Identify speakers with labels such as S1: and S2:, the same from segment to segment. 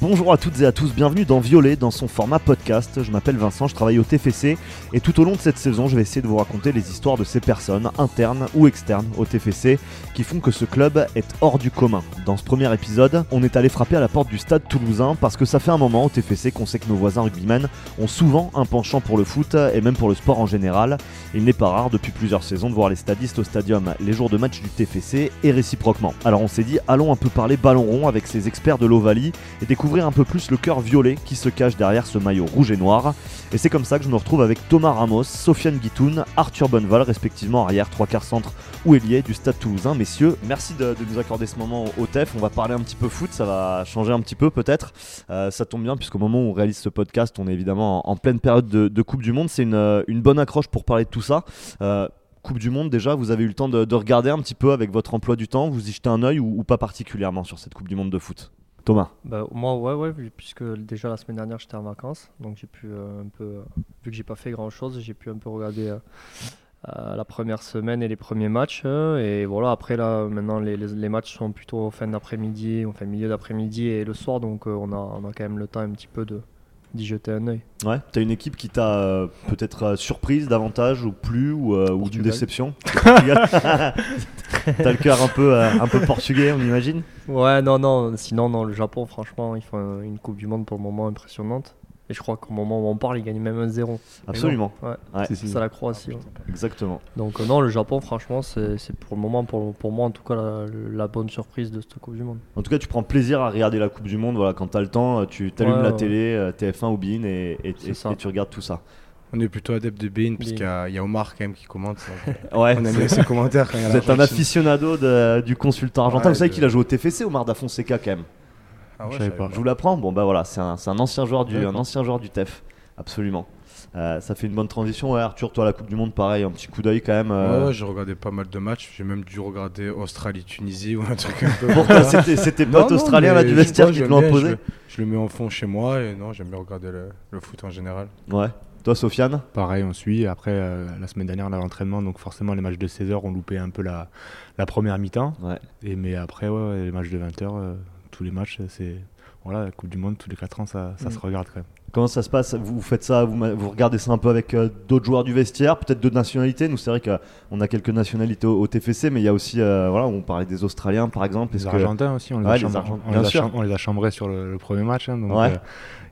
S1: Bonjour à toutes et à tous, bienvenue dans Violet, dans son format podcast. Je m'appelle Vincent, je travaille au TFC et tout au long de cette saison, je vais essayer de vous raconter les histoires de ces personnes, internes ou externes au TFC, qui font que ce club est hors du commun. Dans ce premier épisode, on est allé frapper à la porte du stade toulousain parce que ça fait un moment au TFC qu'on sait que nos voisins rugbymen ont souvent un penchant pour le foot et même pour le sport en général. Il n'est pas rare depuis plusieurs saisons de voir les stadistes au stadium les jours de match du TFC et réciproquement. Alors on s'est dit, allons un peu parler ballon rond avec ces experts de l'Ovalie et découvrir un peu plus le cœur violet qui se cache derrière ce maillot rouge et noir. Et c'est comme ça que je me retrouve avec Thomas Ramos, Sofiane Guitoun, Arthur Bonneval, respectivement arrière, trois quarts centre ou ailier du Stade Toulousain. Messieurs, merci de, de nous accorder ce moment au TEF. On va parler un petit peu foot, ça va changer un petit peu peut-être. Euh, ça tombe bien puisqu'au moment où on réalise ce podcast, on est évidemment en, en pleine période de, de Coupe du Monde. C'est une, une bonne accroche pour parler de tout ça. Euh, Coupe du Monde, déjà, vous avez eu le temps de, de regarder un petit peu avec votre emploi du temps, vous y jetez un œil ou, ou pas particulièrement sur cette Coupe du Monde de foot Thomas
S2: Bah, moi, ouais, ouais, vu- puisque déjà la semaine dernière j'étais en vacances, donc j'ai pu euh, un peu, euh, vu que j'ai pas fait grand chose, j'ai pu un peu regarder euh, euh, la première semaine et les premiers matchs. euh, et voilà, après là, maintenant les, les- les matchs sont plutôt fin d'après-midi, enfin milieu d'après-midi et le soir, donc euh, on, a, on a quand même le temps un petit peu de d'y jeter un œil.
S1: Ouais, t'as une équipe qui t'a euh, peut-être euh, surprise davantage ou plus ou, euh, ou d'une
S2: Portugal.
S1: déception. Portugal. t'as le cœur un peu euh, un peu portugais, on imagine.
S2: Ouais, non, non, sinon, non, le Japon, franchement, ils font un- une Coupe du Monde pour le moment impressionnante. Et je crois qu'au moment où on parle, ils gagnent même un 0.
S1: Absolument,
S2: Ouais,
S1: Ouais.
S3: C'est- c'est-
S2: ça la hein. croix aussi. ouais.
S1: exactement.
S2: Donc euh, non, le Japon, franchement, c'est c'est pour le moment, pour, pour moi en tout cas, la, la bonne surprise de cette Coupe du Monde.
S1: En tout cas, tu prends plaisir à regarder la Coupe du Monde. Voilà, quand t'as le temps, euh, tu t'allumes
S2: Ouais,
S1: la
S2: ouais.
S1: télé, euh, TF1 ou BIN et, et-
S2: C'est
S1: et-
S2: ça.
S1: et tu regardes tout ça.
S3: On est plutôt adepte de Bean, parce
S2: Bean.
S3: qu'il y, a il y a Omar quand même qui commente. donc
S1: Ouais.
S3: On aime bien ses commentaires quand il y a
S1: Vous êtes un
S3: l'Argentine.
S1: aficionado de- du consultant argentin.
S3: Ouais,
S1: Vous savez
S3: de-
S1: qu'il a joué au TFC, Omar Da Fonseca, quand même.
S3: Ah ouais,
S1: Je
S3: je
S1: savais
S3: savais
S1: Je vous l'apprends. Bon bah voilà, c'est un, c'est un ancien joueur du, un
S3: D'accord.
S1: ancien joueur du TEF, absolument. Euh, ça fait une bonne transition. Ouais, Arthur, toi la Coupe du Monde, pareil, un petit coup d'œil quand même.
S3: Ouais,
S1: euh,
S3: ouais, j'ai regardé pas mal de matchs. J'ai même dû regarder Australie-Tunisie ou un truc un peu.
S1: Pourquoi c'était, c'était
S3: Non,
S1: potes
S3: non,
S1: australiens
S3: mais
S1: là du
S3: je-
S1: vestiaire
S3: moi,
S1: qui te
S3: j'aime
S1: l'ont
S3: bien, je
S1: imposé
S3: le- Je le mets en fond chez moi et non, j'aime bien regarder le, le foot en général.
S1: Ouais. Toi, Sofiane
S4: Pareil, on suit. Après, euh, la semaine dernière, on avait l'entraînement, donc forcément, les matchs de 16h ont loupé un peu la, la première mi-temps.
S1: Ouais.
S4: Et, mais après, ouais, ouais, les matchs de 20h, tous les matchs, c'est. Voilà, la Coupe du Monde, tous les 4 ans, ça, ça
S2: Mm.
S4: se regarde quand même.
S1: Comment ça se passe vous, vous faites ça, vous, ma- vous regardez ça un peu avec euh, d'autres joueurs du vestiaire, peut-être d'autres nationalités. Nous, c'est vrai qu'on a quelques nationalités au, au TFC, mais il y a aussi, euh, voilà, on parlait des Australiens par exemple.
S4: Les
S1: Est-ce que-
S4: Argentins aussi, on les,
S1: Ouais,
S4: a,
S1: les
S4: chambr-
S1: Argentins,
S4: on
S1: bien
S4: les a
S1: sûr.
S4: cham- on les a chambrés sur le, le premier match. hein, donc,
S1: Ouais.
S4: euh,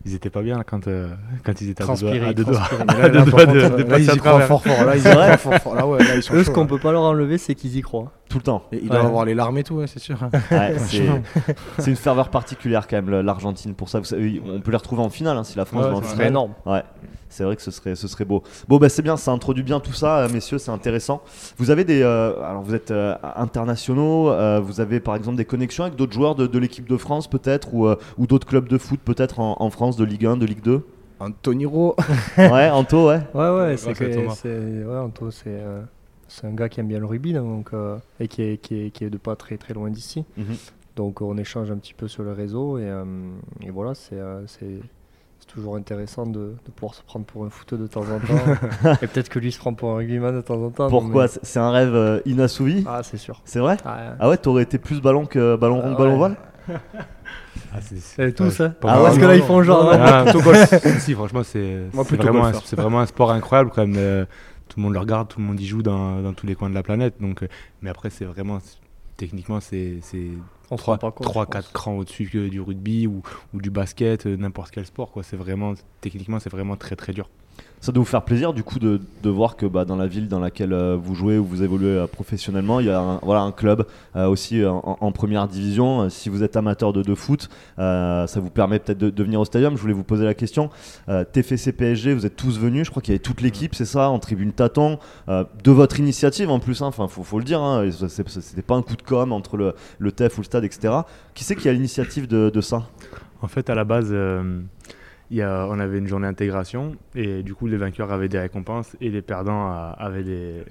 S4: ils étaient pas bien là, quand, euh, quand ils étaient à deux doigts-
S2: Transpirer,
S4: à deux doigts.
S2: transpirer.
S3: Mais Là,
S4: De
S3: là, par
S4: doigts de-
S3: contre,
S4: de
S3: là,
S4: passer
S3: ils
S4: à
S3: y croient
S4: travers.
S3: fort fort. Là, ils y
S1: C'est vrai
S3: croient fort fort. Là, ouais, là, ils sont
S2: Eux, ce
S3: chauds,
S2: qu'on
S3: là.
S2: peut pas leur enlever, c'est qu'ils y croient. hein.
S1: tout le temps
S3: Et Il doit
S2: Ouais.
S3: avoir les larmes et tout, hein, c'est sûr.
S1: Ouais, c'est, c'est une ferveur particulière quand même le- l'Argentine. Pour ça, vous savez, on peut les retrouver en finale hein, si la France
S3: Ouais,
S1: va en
S3: c'est
S2: C'est
S1: finale.
S2: énorme.
S1: Ouais, c'est vrai que ce serait, ce serait beau. Bon, bah, c'est bien, ça introduit bien tout ça, euh, messieurs, c'est intéressant. Vous avez des. euh, alors, vous êtes euh, internationaux, euh, vous avez par exemple des connexions avec d'autres joueurs de, de l'équipe de France, peut-être, ou, euh, ou d'autres clubs de foot, peut-être en, en France, de Ligue 1, de Ligue 2.
S3: Anthony Rowe.
S1: Ouais, Anto, ouais.
S2: Ouais, ouais,
S3: Grâce
S2: c'est
S3: à
S2: que-
S3: Thomas.
S2: c'est ouais, Anto, c'est euh, c'est un gars qui aime bien le rugby là, donc euh, et qui est, qui est qui est de pas très très loin d'ici.
S1: Mhm.
S2: Donc on échange un petit peu sur le réseau et, euh, et voilà, c'est euh, c'est c'est toujours intéressant de, de pouvoir se prendre pour un footeux de temps en temps. et peut-être que lui se prend pour un rugbyman de temps en temps. non,
S1: Pourquoi
S2: Ah, mais-
S1: C'est- C'est un rêve euh, inassouvi
S2: Ah, c'est sûr.
S1: C'est vrai
S2: Ah,
S1: Ah ouais, t'aurais été plus ballon que ballon rond,
S2: Ah
S1: ballon
S2: ouais.
S1: voile
S4: Ah, c'est- c'est-
S2: C'est tout
S4: ouais,
S2: ça.
S4: pas
S1: Ah
S4: mal.
S1: ouais,
S2: parce que là, ils font genre. ouais.
S4: Ah, plutôt golf. si, si, franchement, c'est
S3: Moi,
S4: c'est
S3: plutôt
S4: vraiment, un-
S3: golfeur.
S4: c'est vraiment un sport incroyable quand même. euh, tout le monde le regarde, tout le monde y joue dans, dans tous les coins de la planète. Donc, euh, mais après, c'est vraiment c'est- techniquement, c'est
S2: On se rend pas compte, je
S4: 3-4
S2: pense.
S4: crans au-dessus que du rugby ou, ou du basket, euh, n'importe quel sport. Quoi. C'est vraiment techniquement, c'est vraiment très très dur.
S1: Ça doit vous faire plaisir du coup de, de voir que bah, dans la ville dans laquelle euh, vous jouez ou vous évoluez euh, professionnellement, il y a un, voilà, un club euh, aussi euh, en, en première division. Euh, Si vous êtes amateur de, de foot, euh, ça vous permet peut-être de, de venir au stadium. Je voulais vous poser la question. Euh, TFC PSG, vous êtes tous venus, je crois qu'il y avait toute l'équipe, c'est ça, en tribune tâton, euh, de votre initiative en plus, hein. enfin faut, faut le dire, hein. Et ça, c'est- c'était pas un coup de com entre le, le TEF ou le stade, etc. Qui c'est qui a l'initiative de, de ça
S4: En fait, à la base, euh, il y a- on avait une journée intégration et du coup, les vainqueurs avaient des récompenses et les perdants euh, avaient des,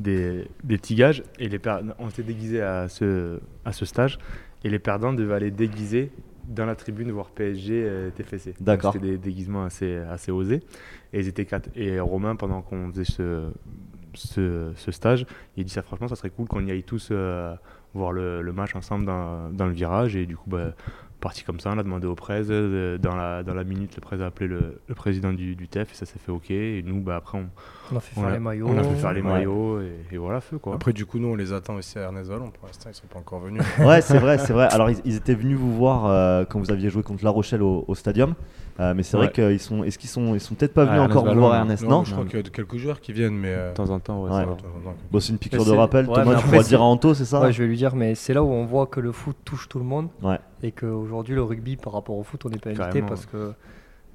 S4: des, des petits gages. Et les per- on s'est déguisé à ce, à ce stage et les perdants devaient aller déguiser dans la tribune voir PSG euh, TFC. Donc,
S1: D'accord.
S4: C'était des déguisements assez, assez osés. Et ils étaient quatre. Et Romain, pendant qu'on faisait ce, ce, ce stage, il dit ça franchement, ça serait cool qu'on y aille tous euh, voir le, le match ensemble dans, dans le virage. Et du coup, bah, parti comme ça, on a demandé au presse, euh, dans, la, dans la minute, le presse a appelé le, le président du, du TEF et ça s'est fait OK. Et nous, bah, après, on,
S2: On a fait
S4: on
S2: faire
S4: a-
S2: les maillots.
S4: on a fait faire les
S1: Ouais.
S4: maillots et, et voilà, feu quoi.
S3: Après, du coup, nous, on les attend aussi à Ernest Vallon. Pour l'instant, ils sont pas encore venus.
S1: Ouais, c'est vrai, c'est vrai. Alors, ils, ils étaient venus vous voir euh, quand vous aviez joué contre La Rochelle au, au stadium. Euh, mais c'est
S4: Ouais.
S1: vrai qu'ils sont. Est-ce qu'ils sont, ils sont peut-être pas
S4: Ah,
S1: venus
S4: Ernest
S1: encore vous
S4: Ballon,
S1: voir,
S4: non.
S1: Ernest,
S3: Non,
S1: non,
S3: Je crois qu'il y a quelques joueurs qui viennent, mais. euh,
S4: de temps en temps, ouais, ça
S1: Ouais.
S4: va.
S1: Bon, c'est une piqûre
S2: Mais
S1: de
S2: c'est-
S1: rappel.
S2: ouais,
S1: Thomas,
S2: mais
S1: tu
S2: après,
S1: pourras
S2: c'est-
S1: dire à Anto, c'est ça
S2: Ouais, je vais lui dire, mais c'est là où on voit que le foot touche tout le monde.
S1: Ouais.
S2: Et qu'aujourd'hui, le rugby, par rapport au foot, on n'est pas invité
S4: Carrément,
S2: parce que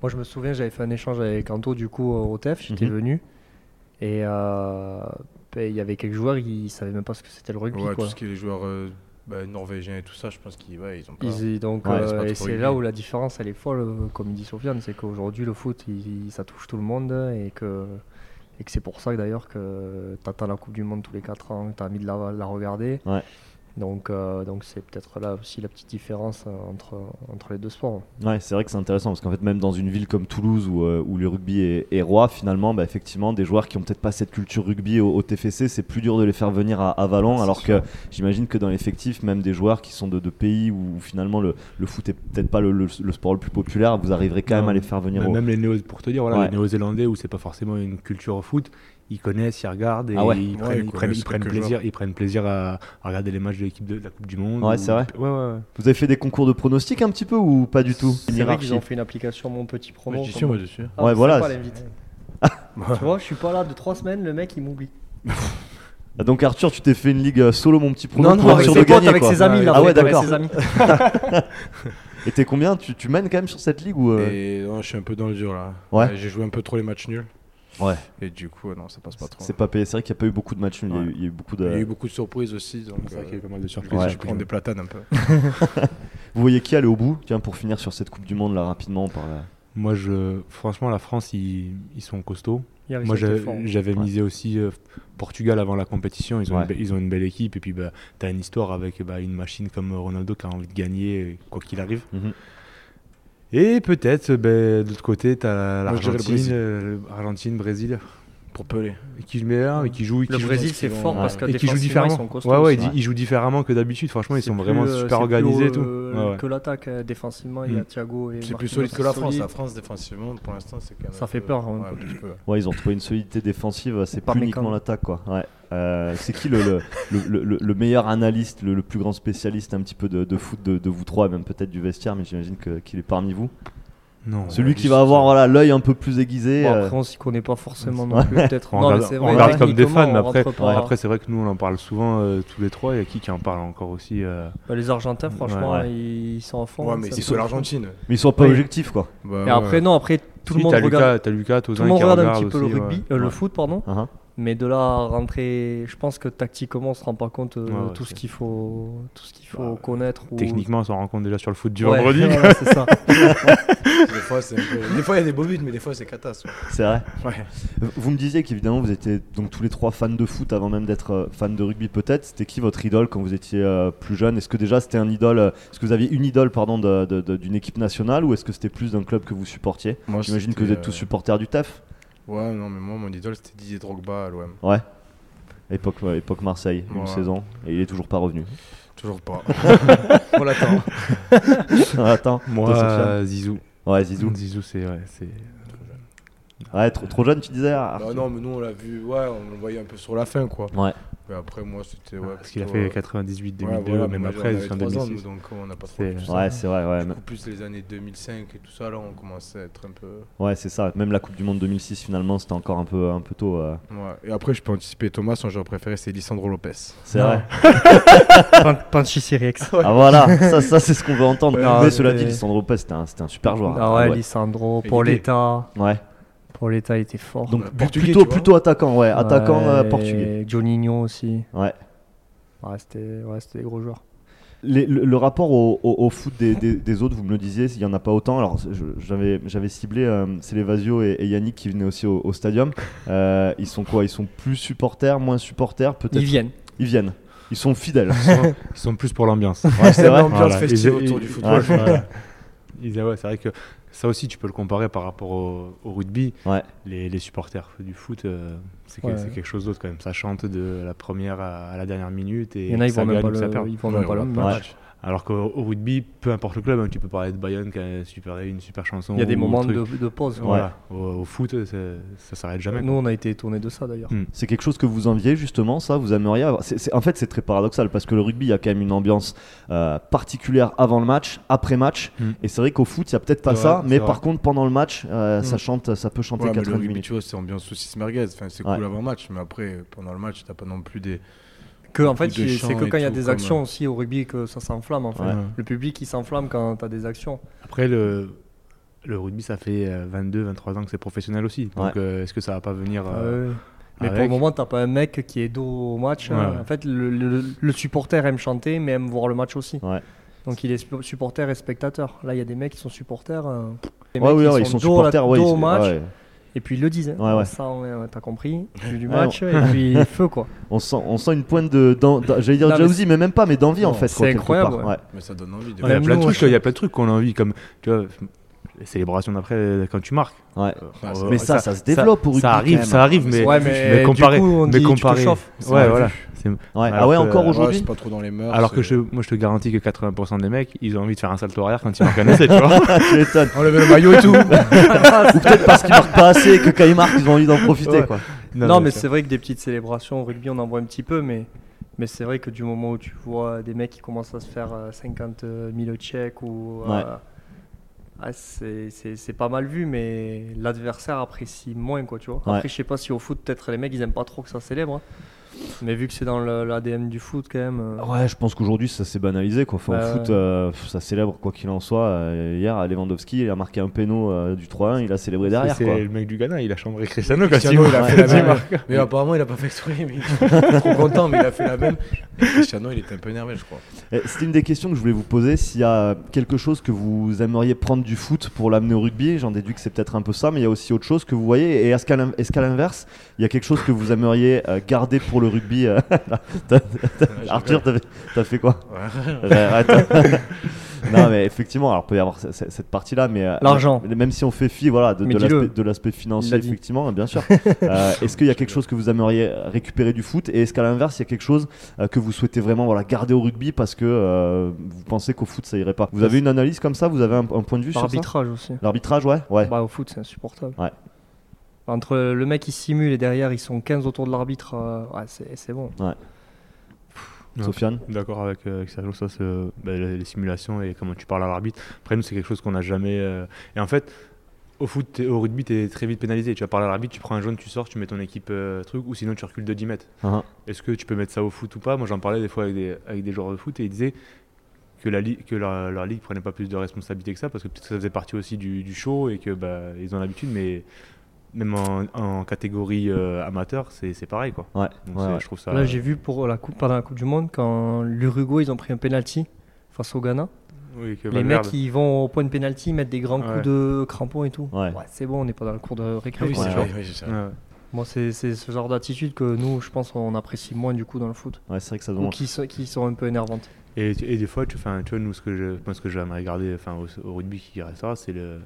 S2: moi, je me souviens, j'avais fait un échange avec Anto, du coup, euh, au TEF, j'étais
S1: Mhm.
S2: venu. Et euh, ben, il y avait quelques joueurs, ils ne savaient même pas ce que c'était le rugby.
S3: Ouais,
S2: quoi.
S3: tout ce qui est les joueurs euh, bah, norvégiens et tout ça, je pense qu'ils ouais, ils ont pas.
S2: Ils- donc,
S1: Ouais,
S2: euh,
S3: c'est pas
S2: et
S3: trop
S2: c'est
S3: rugby.
S2: là où la différence, elle est folle, euh, comme dit Sofiane, c'est qu'aujourd'hui, le foot, il- il- ça touche tout le monde et que, et que c'est pour ça que d'ailleurs que tu attends la Coupe du Monde tous les 4 ans, tu as envie de la, la regarder.
S1: Ouais.
S2: Donc, euh, donc c'est peut-être là aussi la petite différence euh, entre, entre les deux sports.
S1: Ouais, c'est vrai que c'est intéressant parce qu'en fait, même dans une ville comme Toulouse où, euh, où le rugby est, est roi, finalement, bah, effectivement, des joueurs qui ont peut-être pas cette culture rugby au, au TFC, c'est plus dur de les faire venir à, à Valon.
S3: C'est
S1: alors
S3: sûr.
S1: que j'imagine que dans l'effectif, même des joueurs qui sont de, de pays où finalement le, le foot est peut-être pas le, le- le sport le plus populaire, vous arriverez quand
S4: Non,
S1: même à les faire venir
S4: Même-
S1: au.
S4: Même les Néo, pour te dire, voilà,
S1: Ouais.
S4: les Néo-Zélandais où c'est pas forcément une culture au foot, ils connaissent, ils regardent et
S1: Ah ouais.
S4: ils,
S3: Ouais,
S4: prennent,
S3: ils
S4: ils, prennent, ils
S3: connaissent
S4: prennent
S3: quelques
S4: plaisir, ils prennent plaisir à, à regarder les matchs de l'équipe de, de la Coupe du Monde.
S1: Ouais,
S4: ou-
S1: c'est vrai.
S4: Ouais, ouais, ouais.
S1: Vous avez fait des concours de pronostics un petit peu ou pas du tout Une
S2: C'est vrai qu'ils
S1: hiérarchie
S2: ont fait une application Mon Petit Promo.
S3: j'y
S2: comme-
S3: suis, moi, dessus.
S2: Ah,
S1: Ouais,
S2: c'est
S1: voilà,
S2: pas
S1: c'est-
S2: l'invite. tu vois, je suis pas là de 3 semaines, le mec, il m'oublie.
S1: Ah, Donc Arthur, tu t'es fait une ligue euh, solo, mon petit prono,
S2: Non,
S1: pour
S2: non,
S1: être
S2: avec
S1: sûr de
S2: ses potes,
S1: gagner.
S2: avec
S1: quoi.
S2: ses amis. là,
S1: Ah ouais,
S2: avec
S1: d'accord.
S2: ses amis.
S1: Et t'es combien tu, tu mènes quand même sur cette ligue ou euh,
S3: Et non, je suis un peu dans le dur là.
S1: Ouais.
S3: J'ai joué un peu trop les matchs nuls.
S1: Ouais.
S3: Et du coup, non, ça passe pas trop.
S1: C'est euh, pas payé. C'est vrai qu'il n'y a pas eu beaucoup de matchs nuls. Il y a
S4: Ouais.
S1: eu- Il y, a eu beaucoup de.
S3: Il y a eu beaucoup de surprises aussi. Donc,
S4: C'est vrai qu'il y a eu pas mal de surprises.
S3: ouais,
S1: Ouais.
S3: je prends des platanes un peu.
S1: Vous voyez qui aller au bout Tiens, pour finir sur cette Coupe du Monde là rapidement par là.
S4: Moi, je, franchement, la France, ils, ils sont costauds.
S2: Hier, ils
S4: Moi,
S2: ont été
S4: j'a-
S2: forts.
S4: j'avais
S1: Ouais.
S4: misé aussi euh, Portugal avant la compétition. Ils ont,
S1: Ouais.
S4: une, be- ils ont une belle équipe. Et puis, bah, tu as une histoire avec bah, une machine comme Ronaldo qui a envie de gagner, euh, quoi qu'il arrive.
S1: Mhm.
S4: Et peut-être, euh, ben, de l'autre côté, tu as
S3: Moi, je dirais le
S4: l'Argentine,
S3: Brésil.
S4: euh, Argentine, Brésil,
S3: Pour Pelé.
S4: et qui met là, et qui joue. et
S2: Le
S4: qui joue-
S2: Brésil, c'est
S3: vont-
S2: fort parce que
S4: et qui joue
S2: défensivement,
S4: différemment.
S2: ils sont costauds.
S4: ouais, ouais, ils,
S1: aussi.
S4: di- ils jouent différemment que d'habitude. Franchement, ils
S2: C'est
S4: sont
S2: plus,
S4: vraiment
S2: euh, c'est
S4: super
S2: plus,
S4: organisés et tout.
S2: euh,
S4: Ouais, ouais.
S2: Que l'attaque euh, défensivement, il y a
S4: Mm.
S2: Thiago et
S3: C'est
S2: Marquinhos,
S3: plus solide que la France.
S2: solide.
S3: La France, défensivement, pour l'instant, c'est quand même.
S2: Ça
S3: un
S2: fait
S3: peu-
S2: peur, un
S3: ouais,
S2: peu.
S3: un petit peu.
S1: Ouais, ils ont trouvé une solidité défensive. C'est
S2: Par
S1: plus
S2: Mécan.
S1: uniquement l'attaque quoi. Ouais. Euh, c'est qui le, le, le- le- le meilleur analyste, le, le plus grand spécialiste un petit peu de, de foot de, de vous trois, et même peut-être du vestiaire, mais j'imagine que- qu'il est parmi vous.
S4: Non.
S1: Celui qui
S3: analyste,
S1: va avoir
S3: euh,
S1: voilà l'œil un peu plus aiguisé.
S2: Bon,
S1: euh,
S2: après, on s'y connaît pas forcément
S1: Ouais.
S2: non plus. Peut-être.
S4: On
S2: Non, mais
S4: regarde,
S2: c'est
S4: on
S2: vrai,
S4: regarde comme des
S2: techniquement,
S4: fans, mais
S2: on
S4: après,
S2: rentre pas.
S4: après c'est vrai que nous, on en parle souvent euh, tous les trois. Il y a qui qui en parle encore aussi euh,
S2: Bah, les Argentins, franchement,
S1: Ouais.
S2: ils sont en fond.
S3: Ouais,
S2: hein,
S3: mais
S2: ça
S3: c'est
S2: me
S3: sur
S2: fait-
S3: l'Argentine.
S1: Mais ils sont pas
S2: Ouais.
S1: objectifs quoi.
S3: Bah,
S2: Et après,
S3: ouais.
S2: non, après, tout le
S4: si,
S2: monde
S4: t'as
S2: regarde.
S4: Lucas, t'as Lucas,
S2: Tout
S4: Tozin
S2: le monde
S4: qui
S2: regarde un
S4: regarde
S2: petit peu le
S4: aussi, ouais.
S2: rugby, euh, le
S4: Ouais.
S2: foot, pardon.
S1: Hein, hein.
S2: Mais de là à rentrer, je pense que tactiquement, on se rend pas compte euh,
S4: Ouais, ouais,
S2: tout ce
S4: c'est-
S2: qu'il faut, tout ce qu'il faut
S4: Bah,
S2: connaître. ou-
S4: Techniquement, on s'en rend compte déjà sur le foot du
S2: Ouais,
S4: vendredi.
S2: voilà, c'est ça.
S3: Des fois, c'est un peu- des fois, il y a des beaux buts, mais des fois, c'est catastrophe.
S1: C'est vrai.
S3: Ouais.
S1: Vous me disiez qu'évidemment vous étiez donc tous les trois fans de foot avant même d'être euh, fan de rugby peut-être. C'était qui votre idole quand vous étiez euh, plus jeune Est-ce que déjà c'était un idole euh, Est-ce que vous aviez une idole pardon de- de- de- d'une équipe nationale ou est-ce que c'était plus d'un club que vous supportiez
S3: Moi,
S1: J'imagine que
S3: c'était,
S1: vous êtes tous
S3: euh,
S1: supporters du TAF.
S3: Ouais, non, mais moi, mon idole, c'était Didier Drogba à l'OM.
S1: Ouais. Époque, ouais, époque Marseille, une
S3: Ouais.
S1: saison, et il est toujours pas revenu.
S3: Toujours pas. On l'attend.
S1: Ah, Attends,
S4: Moi,
S1: toi, Sofiane
S4: euh, Zizou.
S1: ouais, Zizou.
S4: Zizou, c'est. ouais, c'est-
S1: Ouais, trop, trop jeune, tu disais. Arthur
S3: Bah non, mais nous, on l'a vu, ouais, on le voyait un peu sur la fin, quoi.
S1: Ouais.
S3: Mais après, moi, c'était. Ouais,
S4: Parce qu'il a
S3: plutôt,
S4: fait
S3: euh,
S4: 98, 2002,
S3: ouais, voilà,
S4: même
S3: moi,
S4: après,
S3: j'avais
S4: jusqu'en
S3: trois ans,
S4: 2006.
S3: nous, donc on n'a pas trop
S4: C'est-
S3: vu ça.
S1: Ouais, c'est vrai, ouais.
S3: Du
S1: mais-
S3: coup, plus les années 2005 et tout ça, là, on commençait à être un peu.
S1: Ouais, c'est ça. Même la Coupe du Monde 2006, finalement, c'était encore un peu, un peu tôt. euh.
S3: Ouais. Et après, je peux anticiper Thomas, son joueur préféré, c'est Lisandro Lopez.
S1: C'est
S2: Non.
S1: vrai.
S2: Pan- Panchissirex.
S1: Ah voilà, ça, ça c'est ce qu'on veut entendre.
S2: Non,
S1: mais cela dit,
S2: c'est-
S1: Lissandro Lopez, c'était un, c'était un super joueur.
S2: Ah ouais,
S1: ouais.
S2: Lisandro,
S3: Et
S2: pour
S3: l'idée.
S2: l'État.
S1: Ouais.
S2: Pour l'État, il était fort.
S1: Donc
S3: Bah,
S1: bu-
S3: portugais,
S1: plutôt,
S3: tu vois.
S1: plutôt attaquant, ouais. Attaquant euh,
S2: Ouais,
S1: portugais.
S2: Juninho aussi.
S1: Ouais.
S2: Ouais, c'était ouais, c'était des gros joueurs.
S1: Les- le, le rapport au, au- au foot des, des- des autres, vous me le disiez, il n'y en a pas autant. Alors je- j'avais j'avais ciblé euh, Célevasio et, et Yannick qui venaient aussi au, au stadium. Euh, ils sont quoi Ils sont plus supporters, moins supporters, peut-être
S2: Ils viennent.
S1: Ils viennent. Ils sont fidèles.
S4: Ils sont plus pour l'ambiance.
S1: Ouais, c'est vrai.
S3: L'ambiance
S4: Voilà,
S3: festive
S4: ils-
S3: autour
S4: ils-
S3: du football.
S4: ouais, ouais. Ils- ouais, c'est vrai que ça aussi, tu peux le comparer par rapport au, au rugby.
S1: Ouais.
S4: Les, les supporters du foot, euh, c'est que-
S2: Ouais.
S4: c'est quelque chose d'autre quand même. Ça chante de la première à, à la dernière minute. Et
S2: Il y en a, ils
S4: ça
S2: vont même
S4: gagne
S2: pas
S4: ou ça
S2: le
S4: perd.
S2: ils vont même
S3: Ouais,
S2: pas le
S3: ouais.
S2: match.
S1: Ouais.
S4: Alors qu'au au rugby, peu importe le club, hein, tu peux parler de Bayonne qui a une super, une super chanson.
S2: Il y a des
S4: ou
S2: moments
S4: truc.
S2: de, de pause. quoi.
S4: Voilà. Au, au foot, c'est- ça s'arrête jamais.
S2: Nous, on a été étonnés de ça d'ailleurs.
S4: Mm.
S1: C'est quelque chose que vous enviez justement, ça Vous aimeriez avoir... c'est- c'est- En fait, c'est très paradoxal parce que le rugby, il y a quand même une ambiance euh, particulière avant le match, après match.
S4: Mm.
S1: Et c'est vrai qu'au foot, il n'y a peut-être pas
S3: C'est
S1: ça,
S3: vrai,
S1: mais
S3: c'est
S1: par
S3: vrai.
S1: contre, pendant le match, euh,
S2: Mm.
S1: ça chante, ça peut chanter
S3: Ouais, mais le
S1: 90
S3: rugby,
S1: minutes.
S3: tu vois, c'est ambiance saucisse merguez. Enfin, c'est
S1: Ouais.
S3: cool avant match, mais après, pendant le match, t'as pas non plus des.
S2: Que en fait,
S3: Beaucoup de
S2: c'est c'est
S3: chants
S2: que
S3: et
S2: quand il y a
S3: tout,
S2: des
S3: comme,
S2: actions
S3: euh,
S2: aussi au rugby que ça s'enflamme en fait.
S1: Ouais.
S2: Le public il s'enflamme quand t'as des actions.
S4: Après, le, le rugby, ça fait euh, 22, 23 ans que c'est professionnel aussi. Donc, euh, est-ce que ça va pas venir.
S2: Ah
S4: euh,
S2: Ouais. Mais pour
S4: avec-
S2: le moment, t'as pas un mec qui est dos au match.
S4: Ouais,
S2: hein.
S4: ouais.
S2: En fait, le, le- le supporter aime chanter, mais aime voir le match aussi.
S1: Ouais.
S2: Donc il est sp- supporter et spectateur. Là, il y a des mecs qui sont supporters. euh, les
S1: Ouais,
S2: mecs
S1: oui,
S2: qui
S1: ouais, ils sont
S2: dos à la-
S1: supporters, ouais,
S2: dos
S1: ils-
S2: au match.
S1: ouais.
S2: Et puis ils le disent. hein.
S1: Ouais, ouais.
S2: Ça, on est- ouais, t'as compris. Du
S1: Ouais,
S2: match. et puis feu quoi.
S1: On sent, on sent une pointe de, d'en- d'en- j'allais dire
S2: Non,
S1: de
S2: mais
S1: jalousie, mais même pas, mais d'envie en
S2: Non,
S1: fait.
S2: c'est
S1: quoi, quelque
S2: incroyable,
S1: part.
S2: ouais.
S3: Mais ça donne envie. de- euh,
S4: Il y a
S2: Même
S4: plein de
S2: nous,
S4: trucs,
S2: ouais.
S4: il y a plein de trucs qu'on a envie. Comme, tu vois, les célébrations d'après, euh, quand tu marques.
S1: Ouais.
S4: Euh,
S3: Ouais, c'est
S4: euh,
S1: Mais ça, ça, se développe au rugby.
S4: Ça
S1: quand
S4: arrive,
S1: même.
S4: ça arrive, mais,
S2: Ouais, mais
S4: mais
S2: du
S4: comparé.
S2: coup, on
S4: mais
S2: dit, tu te
S4: comparé.
S2: chauffes.
S4: Ouais,
S3: C'est mal
S4: voilà.
S3: vu.
S4: C'est-
S1: Ouais. Ah
S4: Alors
S1: ouais,
S4: que-
S1: encore
S4: Ouais,
S3: Ouais,
S1: aujourd'hui
S3: c'est pas trop dans les mœurs.
S4: Alors que
S3: c'est-
S4: je, moi, je te garantis que 80% des mecs, ils ont envie de faire un salto arrière quand ils marquent un essai, tu vois.
S1: tu m'étonnes.
S3: Enlever le maillot et tout.
S1: Ou peut-être parce qu'ils marquent pas assez et que quand ils marquent, ils ont envie d'en profiter.
S4: Ouais.
S1: Quoi.
S2: Non, mais c'est vrai que des petites célébrations au rugby, on en voit un petit peu, mais, mais c'est vrai que du moment où tu vois des mecs qui commencent à se faire euh, 50 000 checks ou. euh,
S1: Ouais.
S2: ah, c'est- c'est c'est pas mal vu, mais l'adversaire apprécie moins, quoi, tu vois.
S1: Ouais.
S2: Après, je sais pas si au foot, peut-être les mecs, ils aiment pas trop que ça célèbre. hein. Mais vu que c'est dans l'ADN du foot, quand même. euh,
S1: Ouais, je pense qu'aujourd'hui ça s'est banalisé quoi. Enfin,
S2: Bah
S1: au foot,
S2: ouais.
S1: euh, pff, ça célèbre quoi qu'il en soit. Euh, hier, Lewandowski il a marqué un péno euh, du 3-1, il a célébré derrière
S4: C'est
S1: quoi.
S4: le mec du Ghana, il a chambré Cristiano quand il
S3: Cristiano, il a
S4: marque.
S3: fait la
S4: Quand il
S3: même.
S4: marque.
S3: Mais apparemment, il a pas fait exprès. Mais... il est trop content, mais il a fait la même. Cristiano, il était un peu énervé, je crois.
S1: Eh, C'était une des questions que je voulais vous poser. S'il y a quelque chose que vous aimeriez prendre du foot pour l'amener au rugby, j'en déduis que c'est peut-être un peu ça, mais il y a aussi autre chose que vous voyez. Et est-ce qu'à l'in- est-ce qu'à l'inverse, il y a quelque chose que vous aimeriez euh, garder pour le rugby euh, t'as-
S3: Ouais,
S1: Arthur, t'as fait- t'as fait quoi
S3: Ouais.
S1: Arrête. non mais effectivement, alors peut y avoir ce- ce- cette partie-là, mais euh,
S2: L'argent.
S1: mais Même si on fait fi, voilà, de,
S2: Mais
S1: de
S2: dis-le.
S1: l'aspect- de l'aspect
S2: Il
S1: financier,
S2: l'a dit.
S1: effectivement, bien sûr. Euh, est-ce qu'il y a quelque chose que vous aimeriez récupérer du foot et est-ce qu'à l'inverse, il y a quelque chose euh, que vous souhaitez vraiment, voilà, garder au rugby parce que euh, vous pensez qu'au foot ça irait pas Vous avez une analyse comme ça Vous avez un, un point de vue
S2: par
S1: sur ça
S2: arbitrage aussi.
S1: L'arbitrage, ouais, ouais.
S2: Bah, au foot, c'est insupportable.
S1: Ouais.
S2: Entre le mec qui simule et derrière, ils sont 15 autour de l'arbitre, euh, ouais, c'est c'est bon.
S4: Ouais.
S1: Sofiane.
S4: D'accord avec, euh, avec Sergio, ça, c'est, euh, bah, les, les simulations et comment tu parles à l'arbitre. Après, nous, c'est quelque chose qu'on n'a jamais. euh, Et en fait, au foot, t'es- au rugby, t'es très vite pénalisé. Tu vas parler à l'arbitre, tu prends un jaune, tu sors, tu mets ton équipe euh, truc, ou sinon tu recules de 10 mètres.
S3: Ah,
S1: Hein,
S4: Est-ce que tu peux mettre ça au foot ou pas Moi, j'en parlais des fois avec des, avec des joueurs de foot et ils disaient que, la ligue, que leur, leur ligue prenait pas plus de responsabilité que ça parce que peut-être que ça faisait partie aussi du, du show et que bah, ils ont l'habitude, mais même en, en catégorie euh, amateur, c'est c'est pareil quoi.
S3: ah.
S1: Ouais,
S4: Donc,
S1: ouais,
S4: c'est-
S1: ouais.
S4: Je trouve ça.
S2: Là, j'ai vu pour la coupe, pendant la Coupe du Monde, quand l'Uruguay, ils ont pris un penalty face au Ghana.
S4: Oui, que
S2: Les
S4: Valverde-
S2: mecs, ils vont au point de penalty, mettre des grands
S4: Ouais.
S2: coups de crampons et tout.
S1: Ouais.
S2: c'est bon, on n'est pas dans le cours de
S3: Ah
S2: récré.
S3: oui,
S2: quoi,
S3: c'est
S2: tu
S1: Ouais.
S3: vrai. oui, c'est
S4: Ouais,
S3: vrai.
S4: ouais.
S2: vois. Moi, c'est c'est ce genre d'attitude que nous, je pense, on apprécie moins du coup dans le foot.
S1: Ouais, c'est vrai que ça
S2: Ou
S1: demande.
S2: qui, so- qui sont un peu énervantes.
S4: Et, tu- et des fois, tu, 'fin, tu vois, nous, ce que je, moi, ce que j'aimerais garder 'fin, au, au rugby qui restera, c'est le-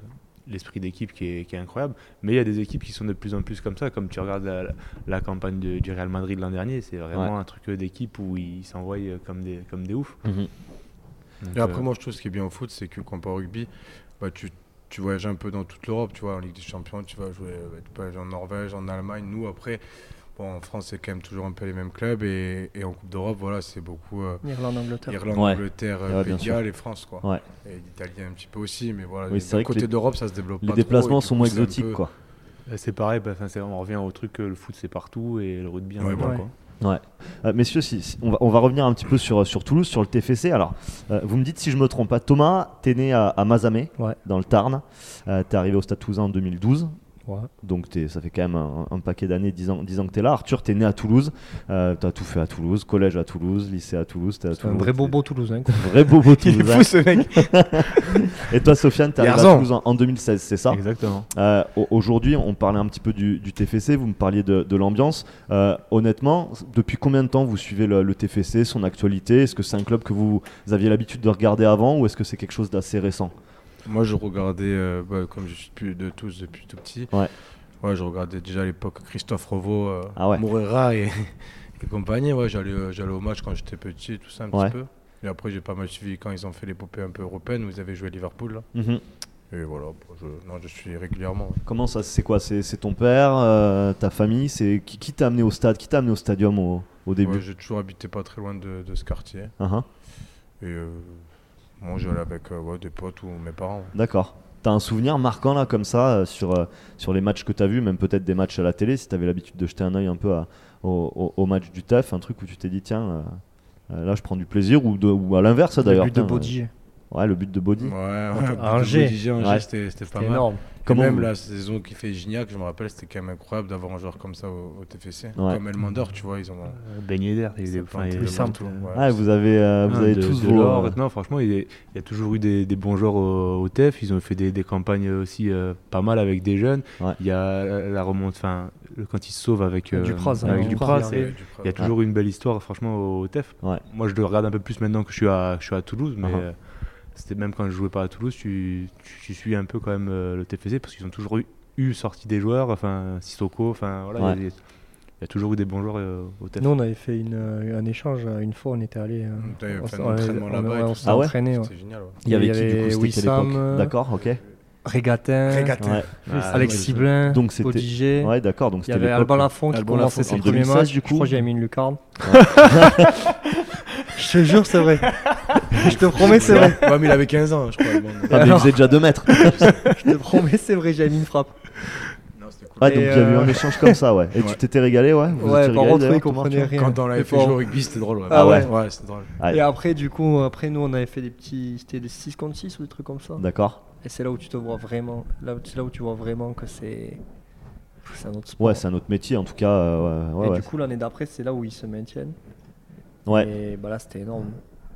S4: l'esprit d'équipe qui est, qui est incroyable. Mais il y a des équipes qui sont de plus en plus comme ça, comme tu regardes la, la- la campagne de- du Real Madrid l'an dernier, c'est vraiment un truc euh, d'équipe où ils s'envoient euh, comme des, comme des oufs.
S1: Mhm.
S4: Donc,
S3: Et après,
S4: euh,
S3: moi, je trouve ce qui est bien au foot, c'est que comparé au rugby, bah, tu, tu voyages un peu dans toute l'Europe, tu vois, en Ligue des Champions, tu vas jouer euh, tu peux aller en Norvège, en Allemagne. Nous, après, bon, en France, c'est quand même toujours un peu les mêmes clubs. Et, et en Coupe d'Europe, voilà, c'est beaucoup euh,
S2: Irlande, Angleterre.
S3: Irlande,
S1: Ouais.
S3: Angleterre, euh,
S1: Ouais, bien
S3: Pays de
S1: sûr.
S3: Galles et France, quoi.
S1: Ouais.
S3: Et l'Italie un petit peu aussi, mais voilà,
S1: Oui,
S3: les-
S1: c'est vrai
S3: d'un
S1: que les-
S3: côté d'Europe, ça se développe
S1: Les
S3: pas
S1: déplacements
S3: trop, et du
S1: sont
S3: coup,
S1: moins
S3: c'est un
S1: exotiques,
S3: peu-
S1: quoi.
S4: c'est pareil, bah, 'fin, c'est- on revient au truc que le foot c'est partout et le rugby en
S3: Ouais,
S4: même temps,
S2: ouais.
S4: quoi.
S1: Euh, messieurs, si, si- on, va, on va revenir un petit peu sur, sur Toulouse, sur le TFC. Alors, euh, vous me dites si je me trompe pas. Thomas, t'es né à, à Mazamet,
S2: Ouais.
S1: dans le Tarn. Euh, t'es arrivé au Stade Toulousain en 2012.
S2: Ouais.
S1: Donc t'es- ça fait quand même un, un paquet d'années, 10 ans, 10 ans que t'es là. Arthur, t'es né à Toulouse. Euh, t'as tout fait à Toulouse, collège à Toulouse, lycée à Toulouse. T'es à
S2: C'est un
S1: Toulouse.
S2: vrai bobo toulousain. quoi.
S1: T'es- Vrai bobo toulousain.
S4: ce mec
S1: Et toi, Sofiane, t'es arrivé à
S3: Yerzan.
S1: Toulouse en, en 2016, c'est ça
S4: Exactement.
S1: Euh, au- Aujourd'hui, on parlait un petit peu du, du TFC, vous me parliez de, de l'ambiance. Euh, honnêtement, depuis combien de temps vous suivez le, le TFC, son actualité Est-ce que c'est un club que vous, vous aviez l'habitude de regarder avant ou est-ce que c'est quelque chose d'assez récent
S3: Moi, je regardais, euh, bah, comme je suis plus de tous depuis tout petit.
S1: Ouais.
S3: Ouais, je regardais déjà à l'époque Christophe Revault, euh,
S1: Ah ouais.
S3: Moreira et, et compagnie. Ouais, j'allais, euh, j'allais au match quand j'étais petit, tout ça un petit
S1: Ouais.
S3: peu. Mais après, j'ai pas mal suivi quand ils ont fait l'épopée un peu européenne, où ils avaient joué Liverpool. Là.
S1: Mhm.
S3: Et voilà, bon, je, non, je suis régulièrement.
S1: Comment ça C'est quoi C'est c'est ton père, euh, ta famille C'est qui, qui t'a amené au stade Qui t'a amené au stadium au, au début
S3: Ouais, j'ai toujours habité pas très loin de, de ce quartier.
S1: Hein, hein
S3: Et euh, moi, j'allais avec euh, ouais, des potes ou mes parents.
S1: D'accord. T'as un souvenir marquant là comme ça euh, sur, euh, sur les matchs que t'as vus, même peut-être des matchs à la télé, si t'avais l'habitude de jeter un œil un peu à- au, au- au match du TAF, un truc où tu t'es dit tiens euh, euh, là je prends du plaisir ou, de- ou à l'inverse ça, d'ailleurs.
S2: Le but de
S1: Tiens,
S2: Bodji,
S1: euh, ouais le but de Body.
S3: Ouais, ouais,
S2: Angers.
S3: Boudigier, Angers,
S1: Ouais.
S3: c'était c'était pas
S2: c'était
S3: mal.
S2: énorme.
S3: Et
S1: Comment
S3: même
S1: vous-
S3: la saison qui fait Gignac, je me rappelle, c'était quand même incroyable d'avoir un joueur comme ça au, au TFC.
S1: Ouais.
S3: Comme El Mandor, tu vois, ils ont.
S4: Ben Yedder, il est
S3: Ça plantait
S2: plus
S3: de
S2: simple.
S3: partout, ouais.
S1: Ah, vous avez euh, vous
S4: Ah,
S1: avez
S4: de-
S1: tous
S4: de
S1: vos
S4: l'or. Non, franchement, il, est- il y a toujours eu des, des bons joueurs au, au TEF. Ils ont fait des, des campagnes aussi euh, pas mal avec des jeunes.
S1: Ouais.
S4: Il y a la la remonte, enfin, le- quand ils se sauvent avec, euh,
S2: Dupraz, hein,
S4: avec
S2: on
S4: Dupraz,
S2: parle,
S4: et
S3: Ouais, du
S4: Il y a
S3: Prat.
S4: toujours eu une belle histoire, franchement, au, au TEF.
S1: Ouais.
S4: Moi, je le regarde un peu plus maintenant que je suis à, je suis à Toulouse, mais
S1: Ah ah.
S4: euh, c'était même quand je jouais pas à Toulouse, tu, tu, tu suis un peu quand même euh, le TFC parce qu'ils ont toujours eu, eu sorti des joueurs, enfin Sissoko, enfin voilà, il y a
S1: Ouais.
S4: des- il y, a toujours eu des bons joueurs euh, au TEF.
S2: Nous, on avait fait une, euh, un échange. euh, Une fois, on était allé. euh,
S3: On avait
S2: on
S3: fait
S2: s-
S3: un
S2: on-
S3: entraînement
S2: on-
S3: là-bas et
S2: ouais,
S3: tout
S2: on s'est
S1: Ah ouais
S2: entraîné. ouais.
S3: C'était génial. ouais.
S1: Il y avait
S2: Il y
S1: qui du
S2: avait
S1: coup c'était quelle
S2: Wissam,
S1: époque
S2: euh,
S1: D'accord, OK.
S2: Régatin,
S1: Ouais.
S4: Ah,
S2: Alex Siblin,
S1: Donc c'était
S2: Bodji.
S1: Ouais, d'accord, donc
S2: Il y
S1: c'était
S2: avait
S1: l'époque.
S2: Alban hein. Lafont qui
S1: Alban
S2: commençait
S1: Lafont, en
S2: ses premiers
S1: 2016,
S2: matchs.
S1: du coup.
S2: Je crois que j'avais mis une lucarne. je te jure, c'est vrai. Je te promets, c'est vrai.
S3: Ouais, mais il avait 15 ans, je crois. bon,
S1: Ah, mais il faisait déjà 2 mètres. ouais,
S2: Je te promets, c'est vrai, j'avais mis une frappe.
S3: non, c'était cool.
S1: donc il y
S2: Et,
S1: a eu
S2: euh,
S1: un échange comme ça, ouais. Et tu
S3: Ouais.
S1: t'étais régalé, ouais Vous
S2: ouais,
S1: étiez régalé, hein,
S2: par contre,
S1: d'ailleurs, Thomas
S2: ils comprenaient rien.
S3: Quand on l'avait
S2: Mais
S3: fait
S2: bon.
S3: jouer au rugby, c'était drôle. Ouais.
S2: Ah ouais.
S3: Ouais, c'était drôle.
S1: Ouais.
S2: Et après, du coup, après nous, on avait fait des petits. C'était des 6 contre 6 ou des trucs comme ça.
S1: D'accord.
S2: Et c'est là où tu te vois vraiment. Là, c'est là où tu vois vraiment que c'est. C'est un autre sport.
S1: Ouais, c'est un autre métier en tout cas. euh, ouais,
S2: Et
S1: ouais, ouais.
S2: du coup, l'année d'après, c'est là où ils se maintiennent.
S1: Ouais.
S2: Et bah là, c'était énorme.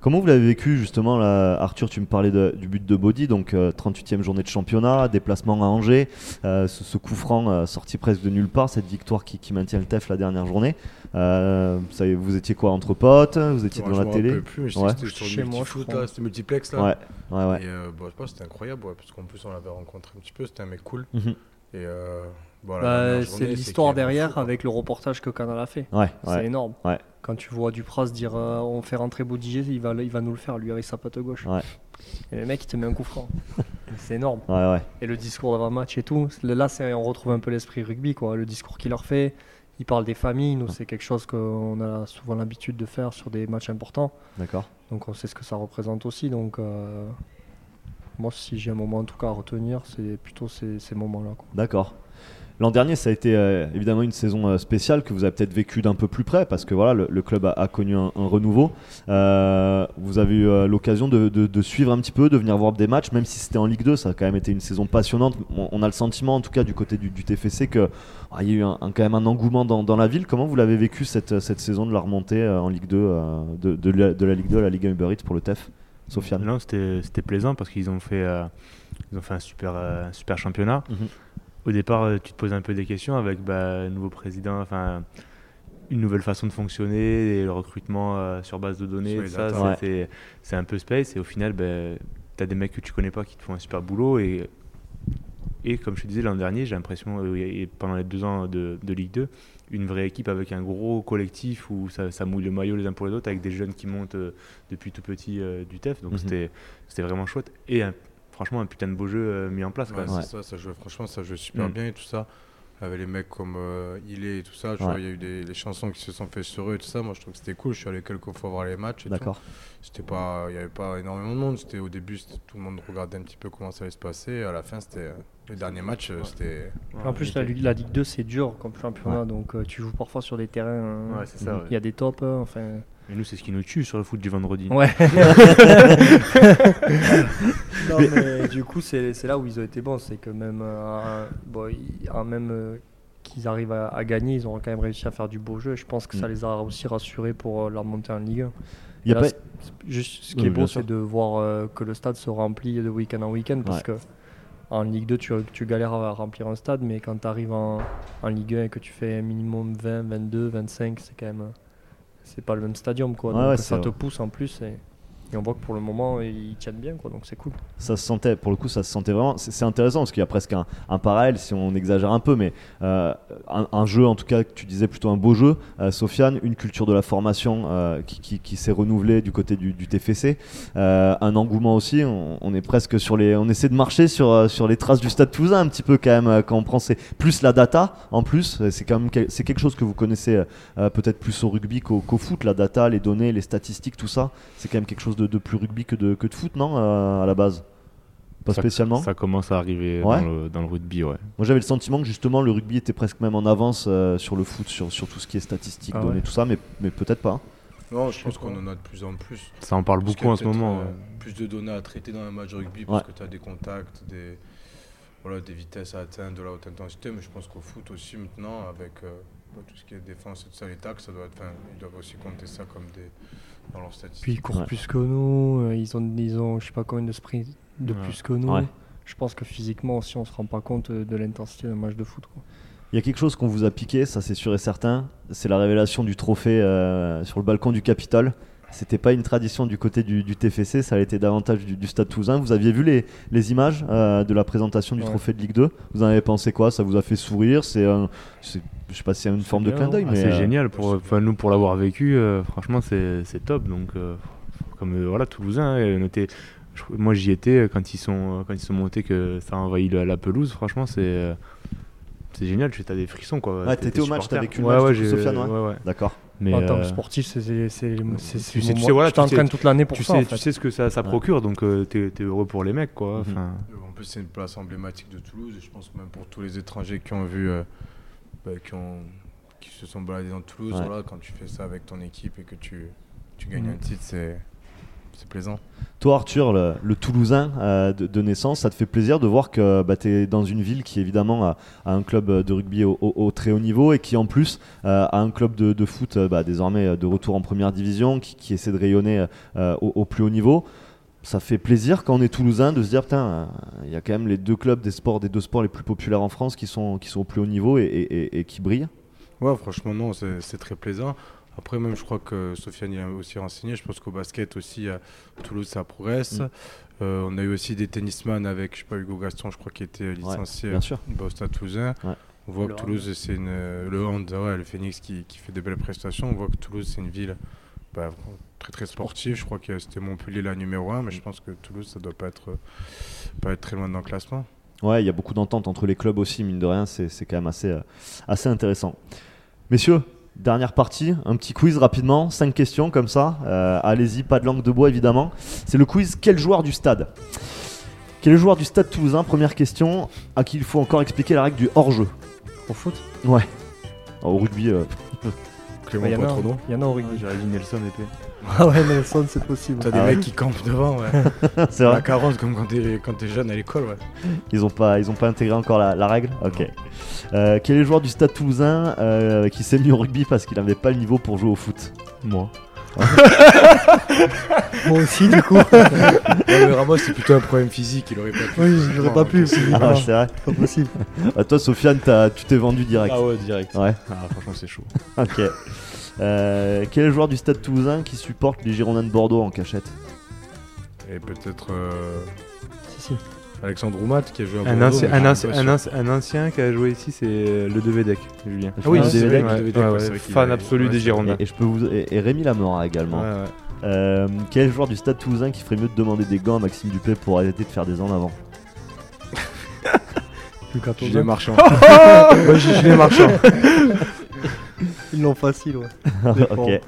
S1: Comment vous l'avez vécu justement là, Arthur Tu me parlais de- du but de Body, donc euh, 38e journée de championnat, déplacement à Angers, euh, ce, ce coup franc euh, sorti presque de nulle part, cette victoire qui, qui maintient le TEF la dernière journée. Euh, ça y est, vous étiez quoi entre potes Vous étiez
S3: Moi,
S1: devant
S3: je
S1: la
S3: me
S1: télé
S3: rappelle plus, mais je sais
S1: Ouais.
S3: que c'était sur
S2: Chez moi,
S3: multifoot,
S2: je crois.
S3: là, c'était multiplex là.
S1: Ouais, ouais, ouais.
S3: Et euh, bah, je sais pas, c'était incroyable, ouais, parce qu'en plus on l'avait rencontré un petit peu, c'était un mec cool.
S1: Mhm.
S3: Et euh, bon, la
S2: Bah,
S3: dernière
S2: c'est
S3: journée,
S2: l'histoire
S3: qu'il y avait un
S2: derrière
S3: fou, quoi.
S2: avec le reportage que Canal a fait.
S1: Ouais,
S2: C'est
S1: ouais.
S2: énorme.
S1: Ouais.
S2: Quand tu vois Dupras dire euh, on fait rentrer Baudiger, il va, le- il va nous le faire lui avec sa patte gauche.
S1: Ouais.
S2: Et le mec il te met un coup franc. c'est énorme.
S1: Ouais, ouais.
S2: Et le discours d'avant-match et tout, c'est- là c'est- on retrouve un peu l'esprit rugby, quoi. le discours qu'il leur fait. Il parle des familles, nous c'est quelque chose qu'on a souvent l'habitude de faire sur des matchs importants.
S1: D'accord.
S2: Donc on sait ce que ça représente aussi. Donc euh, moi si j'ai un moment en tout cas à retenir, c'est plutôt ces, ces moments-là. quoi.
S1: D'accord. L'an dernier, ça a été euh, évidemment une saison euh, spéciale que vous avez peut-être vécu d'un peu plus près parce que voilà, le, le club a, a connu un, un renouveau. Euh, vous avez eu euh, l'occasion de, de- de suivre un petit peu, de venir voir des matchs, même si c'était en Ligue 2, ça a quand même été une saison passionnante. On, on a le sentiment, en tout cas du côté du, du TFC, que ah, il y a eu un- un- quand même un engouement dans, dans la ville. Comment vous l'avez vécu cette, euh, cette saison de la remontée euh, en Ligue 2, euh, de, de la, de la Ligue 2 à la Ligue Uber Eats pour le TEF, Sofiane
S4: Non, c'était c'était plaisant parce qu'ils ont fait euh, ils ont fait un super euh, un super championnat.
S1: Mhm.
S4: Au départ, euh, tu te poses un peu des questions avec bah, un nouveau président, enfin une nouvelle façon de fonctionner, et le recrutement euh, sur base de données,
S3: Sur les
S4: tout ça,
S3: data.
S4: c'est-
S1: Ouais.
S4: c'est c'est un peu space et au final tu as des mecs que tu connais pas qui te font un super boulot et et comme je te disais l'an dernier, j'ai l'impression euh, et et pendant les deux ans de, de Ligue 2, une vraie équipe avec un gros collectif où ça, ça mouille le maillot les uns pour les autres avec des jeunes qui montent euh, depuis tout petit euh, du TEF. Donc
S1: Mhm.
S4: c'était c'était vraiment chouette. Et un- franchement, un putain de beau jeu euh, mis en place. Quand
S3: Ouais,
S4: même.
S1: Ouais.
S3: Bah, c'est ça, ça jouait, franchement, ça jouait super
S4: Mm.
S3: bien et tout ça. Avec les mecs comme euh, Il est et tout ça, tu
S1: Ouais.
S3: vois, il y a eu des les chansons qui se sont faites sur eux et tout ça. Moi, je trouve que c'était cool. Je suis allé quelques fois voir les matchs. et tout.
S1: D'accord.
S3: C'était pas, il n'y avait pas énormément de monde. C'était au début, c'était- tout le monde regardait un petit peu comment ça allait se passer. À la fin, c'était euh, le dernier match, euh, c'était.
S2: En plus, la, Ligue- la Ligue 2, c'est dur comme championnat, donc euh, tu joues parfois sur des terrains. euh,
S4: Ouais, c'est ça.
S2: Il y a des tops, hein, enfin.
S4: Et nous, c'est ce qui nous tue sur le foot du vendredi.
S2: Ouais. non, mais du coup, c'est c'est là où ils ont été bons. C'est que même, euh, bon, ils- ah, même euh, qu'ils arrivent à, à gagner, ils ont quand même réussi à faire du beau jeu. Je pense que ça
S1: Mm.
S2: les a aussi rassurés pour euh, leur montée en Ligue 1.
S1: Il y a
S2: Là,
S1: pas-
S2: c'est- c'est juste, ce qui
S1: Oui,
S2: est
S1: bien
S2: beau,
S1: sûr.
S2: c'est de voir euh, que le stade se remplit de week-end en week-end. Parce
S1: Ouais.
S2: que en Ligue 2, tu, tu galères à remplir un stade, mais quand tu arrives en, en Ligue 1 et que tu fais un minimum 20, 22, 25, c'est quand même. euh, C'est pas le même stadium, quoi.
S1: Ouais,
S2: Donc
S1: ouais,
S2: ça
S1: c'est
S2: te
S1: vrai.
S2: pousse en plus. Et... Et on voit que pour le moment, ils tiennent bien, quoi, donc c'est cool.
S1: Ça se sentait, pour le coup, ça se sentait vraiment. C'est c'est intéressant parce qu'il y a presque un, un parallèle si on exagère un peu, mais euh, un, un jeu, en tout cas, que tu disais plutôt un beau jeu, euh, Sofiane, une culture de la formation euh, qui, qui- qui s'est renouvelée du côté du, du TFC, euh, un engouement aussi. On, on est presque sur les, on essaie de marcher sur, euh, sur les traces du Stade Toulousain un petit peu quand même euh, quand on prend ces plus la data en plus. euh, C'est quand même quel- c'est quelque chose que vous connaissez euh, euh, peut-être plus au rugby qu'au qu'au foot, la data, les données, les statistiques, tout ça. C'est quand même quelque chose de, de plus rugby que de, que de foot, non euh, À la base Pas
S4: Ça-
S1: spécialement
S4: Ça commence à arriver
S1: Ouais.
S4: dans, le, dans le rugby, ouais.
S1: Moi j'avais le sentiment que justement le rugby était presque même en avance euh, sur le foot, sur, sur tout ce qui est statistiques,
S4: Ah ouais.
S1: données, tout ça, mais, mais peut-être pas.
S3: Non, je pense
S2: pas.
S3: qu'on en a de plus en plus.
S4: Ça en parle
S3: Parce qu'il
S4: beaucoup
S3: y a
S4: en ce
S3: peut-être,
S4: moment.
S3: euh,
S4: ouais.
S3: Plus de données à traiter dans un match de rugby parce
S1: Ouais.
S3: que tu as des contacts, des, voilà, des vitesses à atteindre, de la haute intensité. Mais je pense qu'au foot aussi maintenant, avec euh, tout ce qui est défense et tout ça, les taxes, ça doit être, enfin, ils doivent aussi compter ça comme des dans leurs
S2: Puis ils
S3: statistiques.
S2: courent
S1: Ouais.
S2: plus que nous, euh, ils ont, ils ont je sais pas combien de sprints de
S4: Ouais.
S2: plus que nous.
S1: Ouais.
S2: Je pense que physiquement aussi, on se rend pas compte euh, de l'intensité d'un match de foot. quoi.
S1: Il y a quelque chose qu'on vous a piqué, ça c'est sûr et certain, c'est la révélation du trophée euh, sur le balcon du Capitole. C'était pas une tradition du côté du, du TFC, ça a été davantage du, du Stade Toulousain. Vous aviez vu les, les images euh, de la présentation du
S2: Ouais.
S1: trophée de Ligue 2. Vous en avez pensé quoi Ça vous a fait sourire C'est, un- c'est- je sais pas si c'est une forme de
S2: bien,
S1: clin d'œil,
S4: Ah,
S1: mais
S4: c'est
S1: euh,
S4: génial pour
S3: ouais, c'est
S4: enfin, nous pour l'avoir vécu. euh, franchement, c'est c'est top. Donc, euh, comme euh, voilà, Toulousain, hein, on était- je- moi j'y étais euh, quand ils sont euh, quand ils sont montés que ça a envahi la, la pelouse. Franchement, c'est euh, c'est génial. Tu as des frissons quoi.
S1: Ouais,
S4: T'es-
S1: t'étais
S4: t'es
S1: au match,
S4: supporter.
S1: t'as vécu le
S4: ouais,
S1: match,
S4: ouais,
S1: du coup,
S4: j'ai-
S1: Sofiane, ouais.
S4: ouais, ouais.
S1: D'accord.
S4: Mais
S2: en tant
S4: euh,
S2: que sportif, c'est- c'est c'est- c'est- c'est
S4: tu
S2: mon
S4: sais- tu
S2: mois-
S4: sais, voilà,
S2: je
S4: tu sais-
S2: t'entraîne toute l'année pour
S4: tu
S2: ça.
S4: sais
S2: en fait.
S4: tu sais ce que ça, ça
S1: Ouais.
S4: procure. Donc, euh, t'es t'es heureux pour les mecs quoi.
S1: Mhm.
S4: Enfin,
S3: Euh, En plus, c'est une place emblématique de Toulouse. et Je pense que même pour tous les étrangers qui ont vu, euh, bah, qui, ont, qui se sont baladés dans Toulouse,
S1: Ouais. Mmh.
S3: voilà, quand tu fais ça avec ton équipe et que tu, tu gagnes
S2: Mhm.
S3: un titre, c'est c'est plaisant.
S1: Toi, Arthur, le, le Toulousain euh, de, de naissance, ça te fait plaisir de voir que bah, tu es dans une ville qui, évidemment, a, a un club euh, de rugby au, au- au très haut niveau et qui, en plus, euh, a un club de, de foot euh, bah, désormais euh, de retour en première division qui, qui essaie de rayonner euh, au, au plus haut niveau. Ça fait plaisir quand on est Toulousain de se dire, putain, euh, il y a quand même les deux clubs des sports, des deux sports les plus populaires en France qui sont, qui sont au plus haut niveau et, et- et- et qui brillent.
S3: Ouais, franchement, non, c'est c'est très plaisant. Après, même, je crois que Sofiane y a aussi renseigné. Je pense qu'au basket aussi, à Toulouse, ça progresse.
S1: Mm.
S3: Euh, on a eu aussi des tennisman avec, je sais pas, Hugo Gaston, je crois, qui était licencié
S1: Bien sûr.
S3: bah, au Stade Toulousain.
S1: Ouais.
S3: On voit
S2: Le
S3: que
S2: hand.
S3: Toulouse, c'est une. Le Hand, ouais, le Phoenix qui, qui fait des belles prestations. On voit que Toulouse, c'est une ville bah, vraiment très très sportive. Je crois que c'était Montpellier la numéro 1, mais
S1: Mm.
S3: je pense que Toulouse, ça doit pas être, pas être très loin dans le classement.
S1: Ouais, il y a beaucoup d'entente entre les clubs aussi, mine de rien, c'est c'est quand même assez, euh, assez intéressant. Messieurs, dernière partie, un petit quiz rapidement, cinq questions comme ça. Euh, Allez-y, pas de langue de bois évidemment. C'est le quiz Quel joueur du stade Quel joueur du stade toulousain Première question, à qui il faut encore expliquer la règle du hors-jeu.
S2: Au foot,
S1: Ouais. Au rugby, euh,
S3: Clément,
S2: il y, en
S3: pas
S2: a
S3: trop
S2: un-
S3: long.
S2: il y en a au rugby.
S4: J'aurais dit Nelson épée.
S2: Ah ouais, Nelson, c'est possible.
S3: T'as des
S1: Ah ouais.
S3: mecs qui campent devant, ouais.
S1: c'est vrai.
S3: la carotte, comme quand t'es quand t'es jeune à l'école, ouais.
S1: Ils n'ont pas, ils ont pas intégré encore la, la règle Ok. Euh, quel est le joueur du stade toulousain euh, qui s'est mis au rugby parce qu'il n'avait pas le niveau pour jouer au foot
S4: Moi.
S2: Moi aussi, du coup.
S3: Ouais, mais Ramos, c'est plutôt un problème physique, il aurait pas pu.
S2: oui, j'aurais pas pu.
S1: Ah,
S2: Ah,
S1: c'est vrai.
S2: pas possible.
S1: Ah, toi, Sofiane, t'as- tu t'es vendu direct.
S4: ouais, direct.
S1: Ouais.
S4: Ah, franchement, c'est chaud.
S1: Ok. Euh, quel est le joueur du Stade Toulousain qui supporte les Girondins de Bordeaux en cachette
S3: Et peut-être euh,
S2: Si, si.
S3: Alexandre Roumat qui a joué à
S4: Un,
S3: Bordeaux.
S4: ancien-
S3: mais
S4: un
S3: je
S4: ancien-
S3: suis pas
S4: un
S3: sûr.
S4: ancien- un ancien qui a joué ici, c'est euh, le Devedec, Julien.
S1: Ah oui,
S3: Ah,
S1: le
S3: c'est
S1: Devedec,
S3: vrai que
S4: ouais.
S3: le Devedec,
S4: Ouais,
S3: ouais,
S4: ouais,
S3: c'est vrai qu'il
S4: fan
S3: avait-
S4: absolu
S3: ouais,
S4: des
S3: c'est-
S4: Girondins.
S1: et, et je peux vous et, et Rémi Lamora également.
S4: ben. Ouais, ouais.
S1: Euh, quel est le joueur du Stade Toulousain qui ferait mieux de demander des gants à Maxime Dupé pour arrêter de faire des en avant
S2: Lucas Tozin.
S3: Gilet Marchand.
S2: Ouais, j'ai- j'ai les marchands. Ils l'ont facile, ouais.
S1: Ok.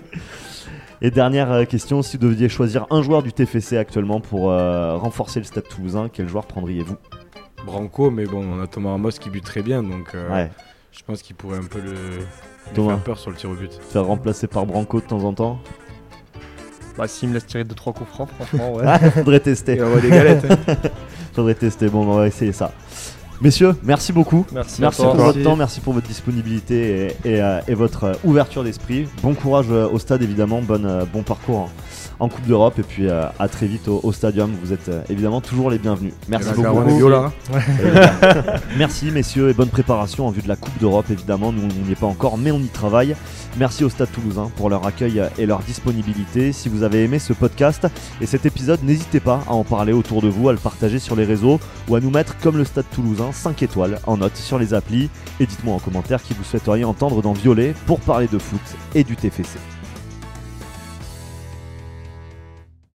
S1: Et dernière euh, question, si vous deviez choisir un joueur du TFC actuellement pour euh, renforcer le Stade Toulousain, quel joueur prendriez-vous
S3: Branco, mais bon, on a Thomas Ramos qui bute très bien, donc euh,
S1: Ouais,
S3: je pense qu'il pourrait un peu le lui
S1: Thomas.
S3: faire peur sur le tir au but.
S1: faire remplacer par Branco de temps en temps.
S2: Bah, s'il me laisse tirer 2-3 coups francs, franchement, ouais.
S1: Ah, faudrait tester,
S3: Et on voit des galettes. hein.
S1: faudrait tester. Bon, on va essayer ça. Messieurs, merci beaucoup.
S2: Merci,
S1: Merci
S2: à toi.
S1: pour votre
S4: Merci.
S1: temps, merci pour votre disponibilité et, et, euh, et votre euh, ouverture d'esprit. Bon courage euh, au stade évidemment, bonne, euh, bon parcours en, en Coupe d'Europe. Et puis euh, à très vite au, au Stadium. Vous êtes euh, évidemment toujours les bienvenus. Merci
S3: Et la
S1: beaucoup.
S3: Garonne et Viola.
S1: Merci messieurs et bonne préparation en vue de la Coupe d'Europe évidemment, nous on n'y est pas encore mais on y travaille. Merci au Stade Toulousain pour leur accueil et leur disponibilité. Si vous avez aimé ce podcast et cet épisode, n'hésitez pas à en parler autour de vous, à le partager sur les réseaux ou à nous mettre comme le Stade Toulousain 5 étoiles en note sur les applis et dites-moi en commentaire qui vous souhaiteriez entendre dans Violet pour parler de foot et du TFC.